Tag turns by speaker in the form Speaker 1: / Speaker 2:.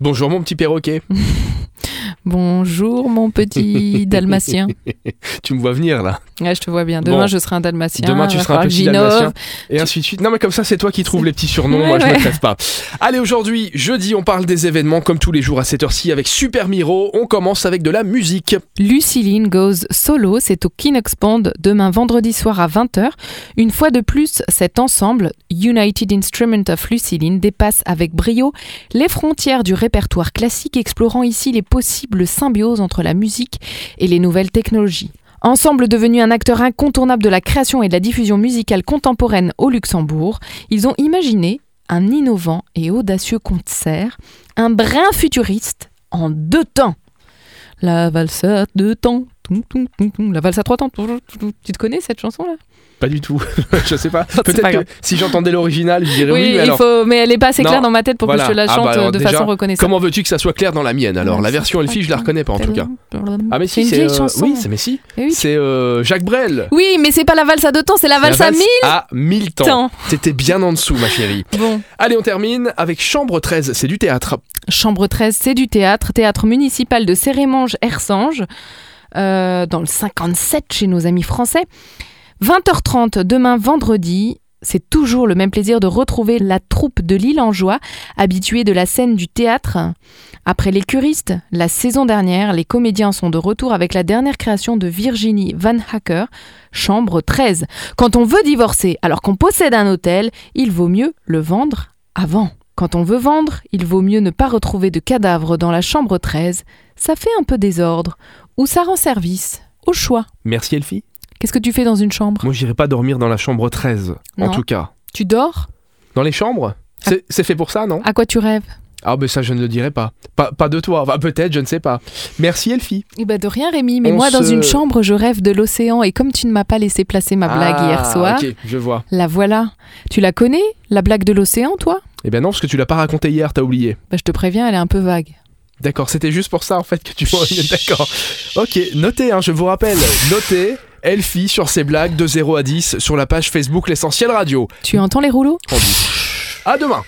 Speaker 1: Bonjour mon petit perroquet.
Speaker 2: Bonjour mon petit dalmatien.
Speaker 1: tu me vois venir là.
Speaker 2: Ouais, je te vois bien. Demain
Speaker 1: Bon.
Speaker 2: je serai un dalmatien.
Speaker 1: Demain tu
Speaker 2: Il va
Speaker 1: seras un
Speaker 2: falloir que
Speaker 1: petit
Speaker 2: j'innove.
Speaker 1: dalmatien. Et ainsi de suite. Non mais comme ça c'est toi qui trouves les petits surnoms, moi
Speaker 2: Ouais,
Speaker 1: je me
Speaker 2: ouais.
Speaker 1: presse pas. Allez aujourd'hui, jeudi, on parle des événements comme tous les jours à cette heure-ci avec Super Miro. On commence avec de la musique.
Speaker 2: Luciline Goes Solo, c'est au Kinox Band demain vendredi soir à 20h. Une fois de plus, cet ensemble, United Instrument of Luciline, dépasse avec brio les frontières du répertoire classique, explorant ici les possibles symbioses entre la musique et les nouvelles technologies. Ensemble devenu un acteur incontournable de la création et de la diffusion musicale contemporaine au Luxembourg, ils ont imaginé un innovant et audacieux concert, un brin futuriste en deux temps. La valse à deux temps. Toum, toum, toum, toum. La valse à trois temps. Toum, toum, toum. Tu te connais cette chanson là
Speaker 1: Pas du tout. je sais pas.
Speaker 2: c'est
Speaker 1: Peut-être
Speaker 2: pas
Speaker 1: que
Speaker 2: grave.
Speaker 1: si j'entendais l'original, je dirais oui, mais
Speaker 2: il
Speaker 1: alors.
Speaker 2: faut, mais elle est pas assez
Speaker 1: Non.
Speaker 2: claire dans ma tête pour
Speaker 1: Voilà.
Speaker 2: que je te la
Speaker 1: Ah,
Speaker 2: chante
Speaker 1: bah alors,
Speaker 2: euh, de
Speaker 1: déjà,
Speaker 2: façon reconnaissable.
Speaker 1: Comment veux-tu que ça soit clair dans la mienne alors La
Speaker 2: Ouais,
Speaker 1: version
Speaker 2: c'est
Speaker 1: Elfie,
Speaker 2: pas
Speaker 1: je la
Speaker 2: clair.
Speaker 1: reconnais pas en tout cas. Ah mais si,
Speaker 2: c'est une
Speaker 1: c'est
Speaker 2: vieille
Speaker 1: euh,
Speaker 2: chanson.
Speaker 1: oui, c'est mais si,
Speaker 2: Eh oui, tu-
Speaker 1: c'est euh, Jacques Brel.
Speaker 2: Oui, mais c'est pas la valse à deux temps, c'est la
Speaker 1: La
Speaker 2: valse à mille
Speaker 1: à mille temps.
Speaker 2: temps.
Speaker 1: T'étais bien en dessous, ma chérie.
Speaker 2: Bon.
Speaker 1: Allez, on termine avec Chambre 13, c'est du théâtre.
Speaker 2: Chambre 13, c'est du théâtre, théâtre municipal de Cérémange hersange dans le 57 chez nos amis français. 20h30 demain vendredi, c'est toujours le même plaisir de retrouver la troupe de Lille en joie, habituée de la scène du théâtre. Après les curistes, la saison dernière, les comédiens sont de retour avec la dernière création de Virginie Van Hacker, Chambre 13. Quand on veut divorcer alors qu'on possède un hôtel, il vaut mieux le vendre avant. Quand on veut vendre, il vaut mieux ne pas retrouver de cadavre dans la chambre 13. Ça fait un peu désordre. Ou ça rend service. Au choix.
Speaker 1: Merci Elfie.
Speaker 2: Qu'est-ce que tu fais dans une chambre
Speaker 1: Moi, j'irai pas dormir dans la chambre 13, en
Speaker 2: Non. Ah.
Speaker 1: tout cas.
Speaker 2: Tu dors
Speaker 1: Dans les chambres C'est- C'est fait pour ça, non
Speaker 2: À quoi tu rêves
Speaker 1: Ah, ben ça, je ne le dirai pas. Pas, pas de toi. Enfin, peut-être, je ne sais pas. Merci, Elfie.
Speaker 2: Eh ben de rien Rémi, mais
Speaker 1: On
Speaker 2: moi dans
Speaker 1: se-
Speaker 2: une chambre je rêve de l'océan et comme tu ne m'as pas laissé placer ma blague
Speaker 1: Ah,
Speaker 2: hier soir,
Speaker 1: Ok, je vois.
Speaker 2: la voilà. Tu la connais, la blague de l'océan toi
Speaker 1: Eh ben non, parce que tu l'as pas raconté hier, t'as oublié.
Speaker 2: Bah, Je te préviens, elle est un peu vague.
Speaker 1: D'accord, c'était juste pour ça, en fait, que tu D'accord. Ok, notez, hein, je vous rappelle. Notez. Elfie sur ses blagues de 0 à 10 sur la page Facebook L'Essentiel Radio.
Speaker 2: Tu entends les rouleaux
Speaker 1: On dit. À demain